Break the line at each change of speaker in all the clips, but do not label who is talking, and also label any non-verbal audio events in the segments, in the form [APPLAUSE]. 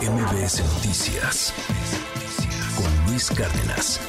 MBS Noticias con Luis Cárdenas.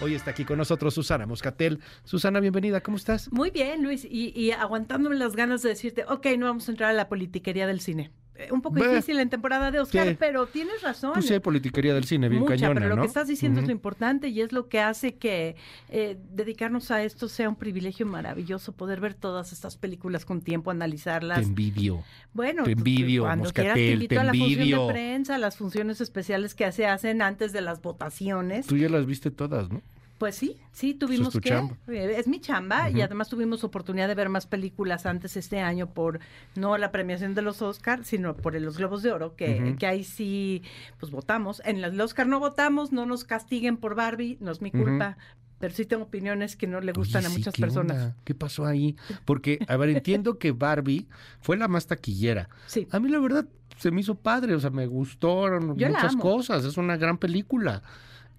Hoy está aquí con nosotros Susana Moscatel. Susana, bienvenida, ¿cómo estás?
Muy bien, Luis, y, y aguantándome las ganas de decirte, ok, no vamos a entrar a la politiquería del cine. Eh, Un poco
Bah.
difícil en temporada de Oscar,
Sí.
pero tienes razón.
Pues sí hay politiquería del cine, bien
Mucha,
cañona,
pero lo
¿no?
que estás diciendo es
Ujú.
lo importante y es lo que hace que eh, dedicarnos a esto sea un privilegio maravilloso, poder ver todas estas películas con tiempo,
Te
analizarlas.
envidio.
Bueno,
te
tú-
envidio,
cuando quieras
Moscatel,
te invito
te
a la
envidio.
función de prensa, a las funciones especiales que se hacen antes de las votaciones.
Tú ya las viste todas, ¿no?
Pues sí, sí,
es
tuvimos
tu
que.
chamba.
eh, Es mi chamba y además tuvimos oportunidad de ver más películas antes este año por no la premiación de los Oscars, sino por el- los Globos de Oro, que,
Ujú.
que ahí sí, pues votamos. En el Oscar no votamos, no nos castiguen por Barbie, no es mi
Ujú.
culpa, pero sí tengo opiniones que no le gustan
Oye,
a
sí,
muchas
¿qué
personas.
onda? ¿Qué pasó ahí? Porque, a ver, entiendo que Barbie fue la más taquillera.
Sí.
A mí la verdad se me hizo padre, o sea, me gustaron
Yo la
muchas
amo.
cosas, es una gran película.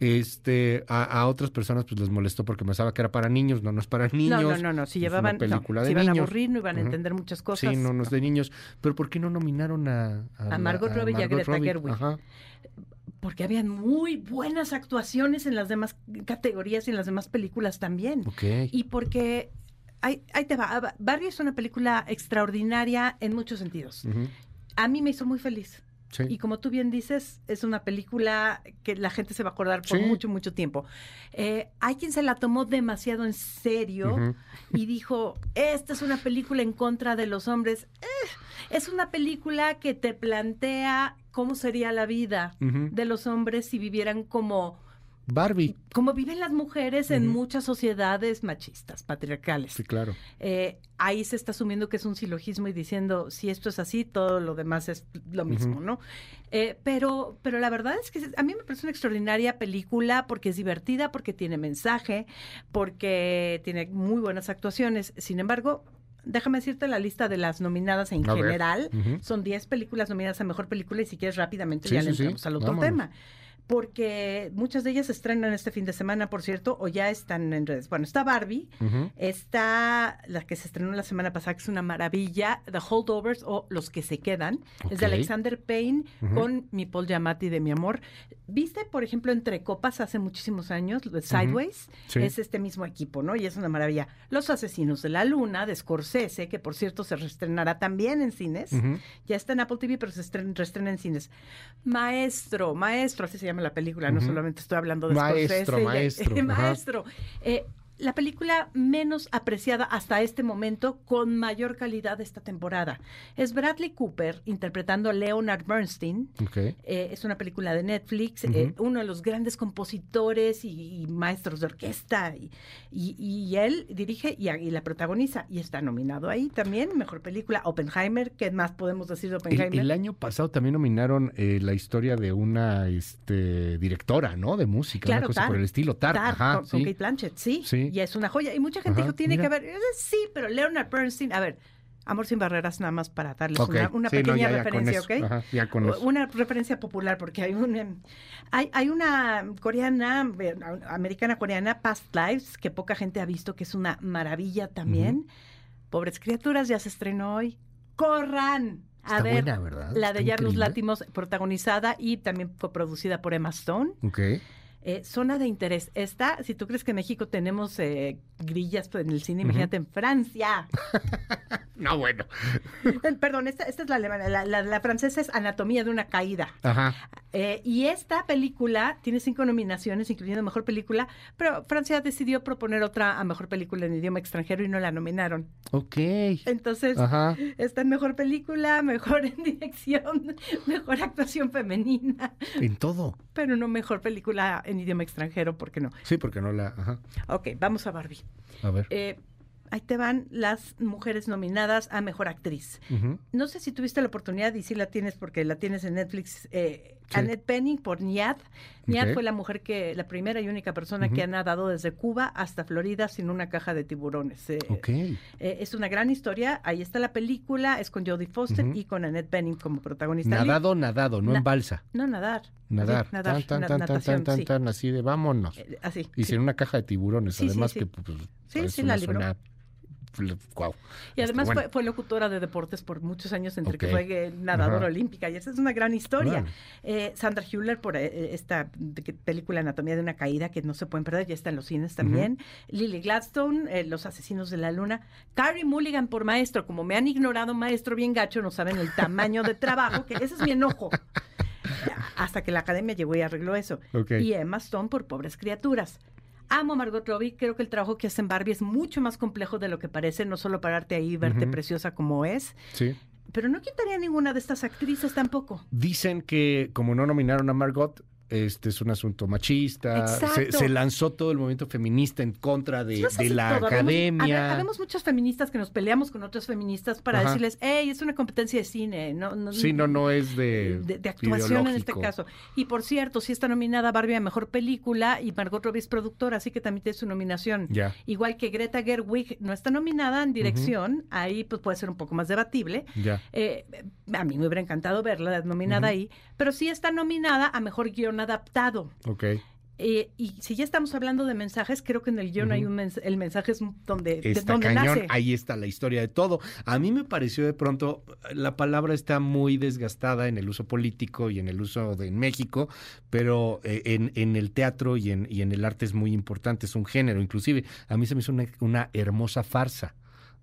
Este, a, a otras personas pues les molestó porque pensaba que era para niños, no, no es para niños.
no, no, no, no. Si
es una
llevaban, no,
película de
se iban a
niños.
aburrir, no iban a
Ujú.
entender muchas cosas.
Sí, no, no es de niños. Pero ¿por qué no nominaron a,
A Margot Robbie y a Greta Gerwig.
Ajá.
Porque habían muy buenas actuaciones en las demás categorías y en las demás películas también.
Ok.
y porque ahí, ahí te va. Ba- Barbie es una película extraordinaria en muchos sentidos.
Ujú,
A mí me hizo muy feliz.
sí.
Y como tú bien dices, es una película que la gente se va a acordar por
Sí.
mucho, mucho tiempo. Eh, hay quien se la tomó demasiado en serio
Ujú.
y dijo, esta es una película en contra de los hombres. Eh, es una película que te plantea cómo sería la vida
Ujú.
de los hombres si vivieran como
Barbie.
como viven las mujeres en
Ujú.
muchas sociedades machistas, patriarcales.
Sí, claro.
Eh, ahí se está asumiendo que es un silogismo y diciendo, si esto es así, todo lo demás es lo mismo,
Ujú.
¿no? Eh, pero, pero la verdad es que se- a mí me parece una extraordinaria película porque es divertida, porque tiene mensaje, porque tiene muy buenas actuaciones. Sin embargo, déjame decirte la lista de las nominadas en
A ver.
general.
Ujú.
Son 10 películas nominadas a mejor película y si quieres rápidamente
Sí,
ya
sí,
le
sí.
entramos al otro
Vámonos.
tema. Porque muchas de ellas se estrenan este fin de semana, por cierto, o ya están en redes. Bueno, está Barbie,
Ujú.
está la que se estrenó la semana pasada, que es una maravilla, The Holdovers o Los que se quedan. Es de
Ok.
Alexander Payne
Ujú.
con mi Paul Giamatti de mi amor. ¿Viste, por ejemplo, Entre Copas hace muchísimos años, lo de Sideways?
Sí.
Es este mismo equipo, ¿no? Y es una maravilla. Los Asesinos de la Luna de Scorsese, que por cierto se reestrenará también en cines.
Ujú.
Ya está en Apple TV, pero se estren- reestrena en cines. Maestro, maestro, así se llama la película, no
Ujú.
solamente estoy hablando de
Maestro,
Scorsese. [LAUGHS]
maestro, ajá.
maestro. Eh, la película menos apreciada hasta este momento, con mayor calidad esta temporada, es Bradley Cooper interpretando a Leonard Bernstein.
Ok.
Eh, es una película de Netflix, eh, uno de los grandes compositores y, y maestros de orquesta, y, y- y él dirige y, a- y la protagoniza, y está nominado ahí también, mejor película, Oppenheimer, ¿qué más podemos decir de
El,
Oppenheimer?
el año pasado también nominaron eh, la historia de una este, directora, ¿no? De música, una
Claro,
cosa
Tar.
por el estilo, Tar.
Tar,
Ajá,
con,
sí.
con Kate Blanchett, sí,
Sí.
y es una joya, y mucha gente
Ajá,
dijo, tiene
mira.
que haber, eh, sí, pero Leonard Bernstein, a ver, Amor sin barreras nada más para darles
Ok,
una, una
sí, no, ya, ya
pequeña
con
referencia,
eso,
¿ok?
ajá, ya con
O-
eso.
Una referencia popular, porque hay una, hay, hay una coreana, eh, americana coreana, Past Lives, que poca gente ha visto, que es una maravilla también. Pobres criaturas, ya se estrenó hoy. ¡Corran! A
Está
ver,
buena, ¿verdad?
la
Está
de Yarnos
increíble.
Látimos, protagonizada y también coproducida por Emma Stone.
Ok.
Eh, zona de interés. Esta, si tú crees que en México tenemos eh, grillas en el cine,
Ujú.
imagínate en Francia. [LAUGHS]
No, bueno.
Eh, Perdón, esta, esta es la alemana. La, la- la francesa es Anatomía de una caída.
Ajá.
Eh, y esta película tiene cinco nominaciones, incluyendo Mejor Película, pero Francia decidió proponer otra a Mejor Película en idioma extranjero y no la nominaron.
Ok.
Entonces,
Ajá.
está en Mejor Película, Mejor en Dirección, [LAUGHS] Mejor Actuación Femenina,
En todo.
pero no Mejor Película en idioma extranjero, ¿por qué no?
Sí, porque no la. Ajá.
Ok, vamos a Barbie.
A ver.
Eh, ahí te van las mujeres nominadas a Mejor Actriz.
Ujú.
No sé si tuviste la oportunidad, y si la tiees porque la tienes en Netflix, eh,
Sí.
Annette Penning por Niad. Niad
Ok.
fue la mujer que, la primera y única persona
Ujú.
que ha nadado desde Cuba hasta Florida sin una caja de tiburones. Eh,
Ok.
eh, es una gran historia, ahí está la película, es con Jodie Foster
Ujú.
y con Annette Penning como protagonista.
Nadado, nadado, no
Na-
en balsa.
No, nadar.
Nadar.
Sí, nadar,
Tan, tan, tan,
na-
tan,
natación,
tan, tan,
sí.
tan, así de vámonos.
Eh, así.
Y sin una caja de tiburones,
Sí, sí,
además
sí.
que pues,
Sí,
es
sí,
una
la libró.
zona wow.
Y además
Este, bueno,
fue, fue locutora de deportes por muchos años, entre
Ok.
que fue eh, nadadora
Ajá.
olímpica, y esa es una gran historia.
Claro.
Eh, Sandra Hewler por eh, esta de que- película Anatomía de una caída, que no se pueden perder, ya está en los cines también. Lily Gladstone, eh, Los asesinos de la luna. Carrie Mulligan por maestro, como me han ignorado maestro bien gacho, no saben el tamaño de trabajo, que ese es mi enojo. Hasta que la academia llegó y arregló eso.
Ok.
Y Emma Stone por Pobres Criaturas. Amo a Margot Robbie, creo que el trabajo que hace en Barbie es mucho más complejo de lo que parece, no solo pararte ahí y verte
Ujú.
preciosa como es,
sí.
pero no quitaría ninguna de estas actrices tampoco.
Dicen que como no nominaron a Margot, este es un asunto machista. Se,
Exacto.
se lanzó todo el movimiento feminista en contra de,
No sé
de
si
la
todo, habemos-
academia.
habe- Habemos muchas feministas que nos peleamos con otras feministas para
Ajá.
decirles, hey, es una competencia de cine, no, no,
sí, no, no es de,
de, de actuación en este
ideológico.
caso. Y por cierto, sí está nominada Barbie a Mejor Película y Margot Robbie es productora, así que también tiene su nominación.
Ya,
Igual que Greta Gerwig no está nominada en dirección, ahí pues puede ser un poco más debatible.
ya.
Eh, a mí me hubiera encantado verla nominada
Ujú.
ahí, pero sí está nominada a mejor guión adaptado.
Ok.
Eh, y si ya estamos hablando de mensajes, creo que en el guión
Ujú.
hay un mens- el mensaje es donde, de
Está
donde
cañón,
nace.
ahí está la historia de todo. A mí me pareció de pronto, la palabra está muy desgastada en el uso político y en el uso de en México, pero eh, en, en el teatro y en, y en el arte es muy importante, es un género. Inclusive, a mí se me hizo una, una hermosa farsa.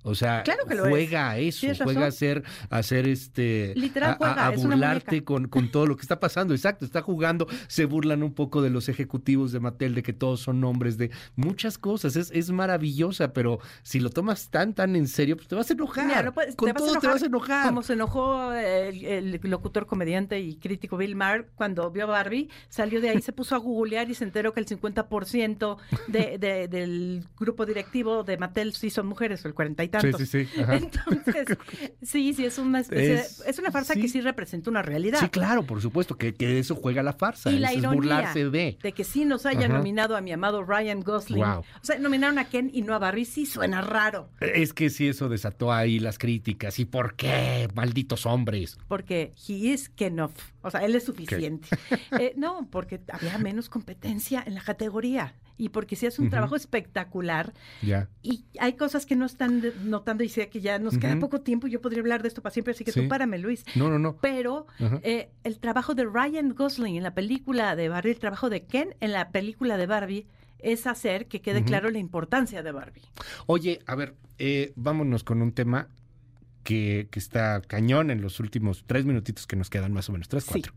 O sea,
Claro que lo
juega a eso,
Tienes razón.
juega a hacer, a hacer este a-
Literal
a-
juega,
a,
es una
burlarte
muñeca.
con, con todo lo que está pasando, exacto, está jugando, se burlan un poco de los ejecutivos de Mattel, de que todos son hombres, de muchas cosas, es, es maravillosa, pero si lo tomas tan, tan en serio, pues te vas a enojar.
Mira, no puedes-
con
te vas a
todo te
enojar
vas a enojar.
Ah, Como se enojó el, el locutor, comediante y crítico Bill Maher cuando vio a Barbie, salió de ahí, se puso a googlear y se enteró que el 50% de, de- del grupo directivo de Mattel sí son mujeres, o el cuarenta y tantos. [LAUGHS]
sí, sí. [LAUGHS]
Entonces, sí, sí, es una especie de- es,
Es-
una farsa que
sí.
sí representa una realidad.
claro, por supuesto, que, que eso juega la farsa,
Y la
eso es
ironía
burlarse de.
De que sí nos hayan
Ajá.
nominado a mi amado Ryan Gosling.
Wow.
O sea, nominaron a Ken y no a Barbie, sí suena raro.
Es que sí, eso desató ahí las críticas. ¿Y por qué? Malditos hombres.
Porque he is Kenoff. O sea, él es suficiente. Eh, no, porque había menos competencia en la categoría. Y porque sí es un
Ujú.
trabajo espectacular.
Ya.
Y hay cosas que no están de- notando y sé que ya nos queda
Ujú.
poco tiempo. y Yo podría hablar de esto para siempre, así que
Sí.
tú párame, Luis.
No, no, no.
Pero
Ajá.
eh, el trabajo de Ryan Gosling en la película de Barbie, el trabajo de Ken en la película de Barbie, es hacer que quede
Ujú.
claro la importancia de Barbie.
Oye, a ver, eh, vámonos con un tema que, que está cañón en los últimos tres minutitos que nos quedan, más o menos, tres,
Sí.
cuatro.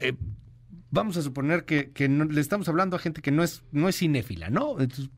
Eh, vamos a suponer que, que no- le estamos hablando a gente que no es, no es cinéfila, ¿no? Entonces,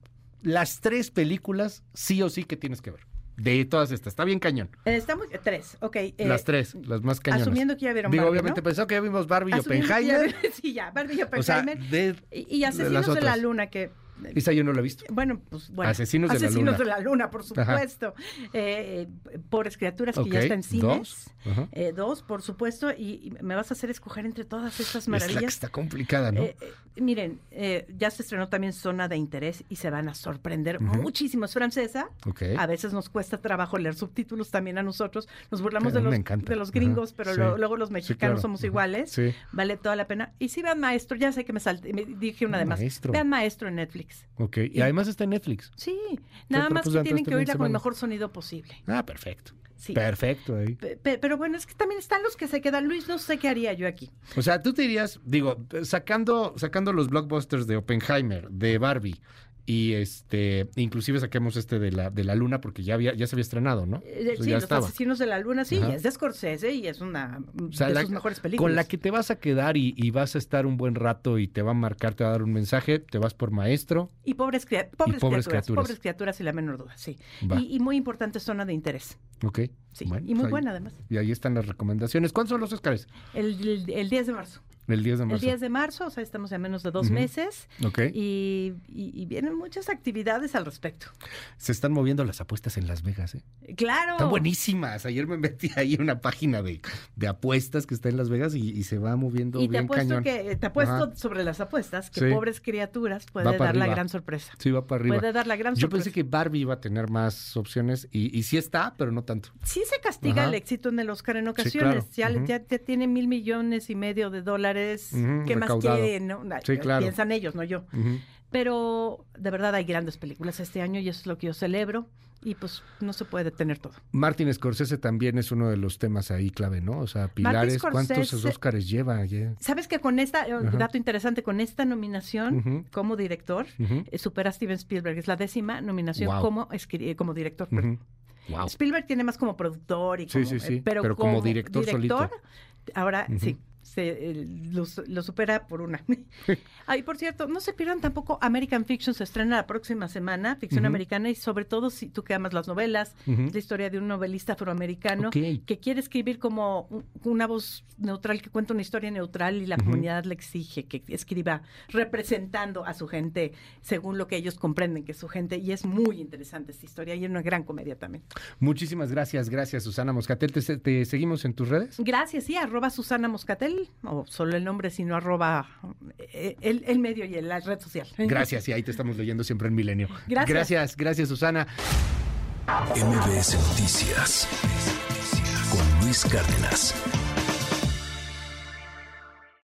las tres películas sí o sí que tienes que ver. De todas estas, está bien cañón.
Eh, estamos tres, ok. eh,
las tres, las más cañonas.
Asumiendo que ya vieron
Digo,
Barbie,
obviamente
¿no?
pensó que ya vimos Barbie y
Asumiendo que ya
Oppenheimer.
vieron- [LAUGHS] sí, ya, Barbie y
O sea,
Oppenheimer.
de,
y, y
las
Asesinos de la
otras.
Luna, que... eh,
esa yo no la he visto.
Bueno, pues bueno.
Asesinos de la Luna.
de la Luna, por supuesto. Eh, eh, pobres criaturas que ya
Ok,
están en
dos.
cines.
Ajá.
Eh, dos, por supuesto. Y, y me vas a hacer escoger entre todas estas
Es la que
maravillas.
está complicada, ¿no?
Eh, eh, miren, eh, ya se estrenó también Zona de Interés y se van a sorprender
Ujú.
muchísimo. Es francesa.
ok.
A veces nos cuesta trabajo leer subtítulos también a nosotros. Nos burlamos
Pero me
de los,
encanta.
de los
Ajá,
gringos, pero
sí.
lo- luego los mexicanos
claro.
somos
Ajá,
iguales.
Sí.
Vale toda la pena. Y si vean Maestro, ya sé que me, salté, me dije una de más.
Maestro.
Vean Maestro en Netflix.
Ok, y además está en Netflix.
Sí, nada más
propuse
que
antes
tienen que
también
oírla con el
semana.
mejor sonido posible.
Ah, perfecto.
Sí.
Perfecto ahí.
Pe- pe- Pero bueno, es que también están los que se quedan. Luis, no sé qué haría yo aquí.
O sea, tú te dirías, digo, sacando, sacando los blockbusters de Oppenheimer, de Barbie, y este, inclusive saquemos este de la, de la luna, porque ya había, ya se había estrenado, ¿no? O
Eh,
sea,
sí,
Pues ya
Los
estaba.
Asesinos de la Luna, sí,
Ajá.
es de Scorsese y es una mm,
O sea,
de
la-
sus mejores películas.
con la que te vas a quedar y, y vas a estar un buen rato y te va a marcar, te va a dar un mensaje, te vas por maestro,
Y pobres, cria-
Pobres
pobres, criaturas,
Criaturas.
Pobres criaturas y la menor duda, sí.
va.
Y, y muy importante zona de interés.
ok.
Sí.
Bueno,
y muy
pues ahí-
buena además.
Y ahí están las recomendaciones. ¿Cuándo son los Oscars?
El, el- el 10 de marzo.
El 10 de
El
marzo.
10 de marzo, o sea, estamos a menos de dos
Ujú.
meses
Ok.
y, y- y vienen muchas actividades al respecto.
Se están moviendo las apuestas en Las Vegas, ¿eh?
Claro.
Están buenísimas. Ayer me metí ahí en una página de, de apuestas que está en Las Vegas y, y se va moviendo
Y te
bien
apuesto,
cañón.
que, te apuesto
Ajá.
sobre las apuestas que
Sí.
pobres criaturas puede
Va
dar
para
la
arriba.
gran sorpresa.
Sí, va para arriba.
Puede dar la gran
Yo
sorpresa.
pensé que Barbie iba a tener más opciones y, y sí está, pero no tanto.
Sí se castiga
Ajá.
el éxito en el Oscar en ocasiones.
claro.
ya, le-
Ujú.
ya, ya tiene mil millones y medio de dólares.
Ujú,
¿Qué
recaudado.
más quieren? no? Na-
Sí, claro.
Piensan ellos, no yo.
Ujú.
Pero de verdad hay grandes películas este año y eso es lo que yo celebro. Y pues no se puede tener todo.
Martin Scorsese también es uno de los temas ahí clave, ¿no? O sea, pilares, ¿cuántos
Scorsese-
Óscares lleva? Yeah.
¿Sabes que con esta, eh,
Ajá.
dato interesante, con esta nominación
Ujú.
como director,
Ujú,
eh, supera a Steven Spielberg? Es la décima nominación
Wow.
como, escri- eh, como director. perdón.
ujú. Wow.
Spielberg tiene más como productor y
Sí,
como,
sí, sí,
eh, pero,
pero como
como,
director
director, ahora
Ujú.
sí, se, eh, lo, su- lo supera
[LAUGHS]
por una. Ahí, por cierto, no se pierdan tampoco American Fiction, se estrena la próxima semana, ficción
Ujú.
americana, y sobre todo si tú que amas las novelas,
Ujú.
es la historia de un novelista afroamericano
Ok.
que quiere escribir como un- una voz neutral, que cuenta una historia neutral y la
Ujú.
comunidad le exige que escriba representando a su gente según lo que ellos comprenden que es su gente. Y es muy interesante esta historia y es una gran comedia también.
Muchísimas gracias, gracias Susana Moscatel. ¿Te, te seguimos en tus redes?
Gracias, sí, arroba Susana Moscatel, o solo el nombre, sino arroba eh, el, el medio y la red social.
Gracias, y ahí te estamos leyendo siempre en Milenio.
Gracias.
Gracias, gracias Susana.
MBS Noticias con Luis Cárdenas.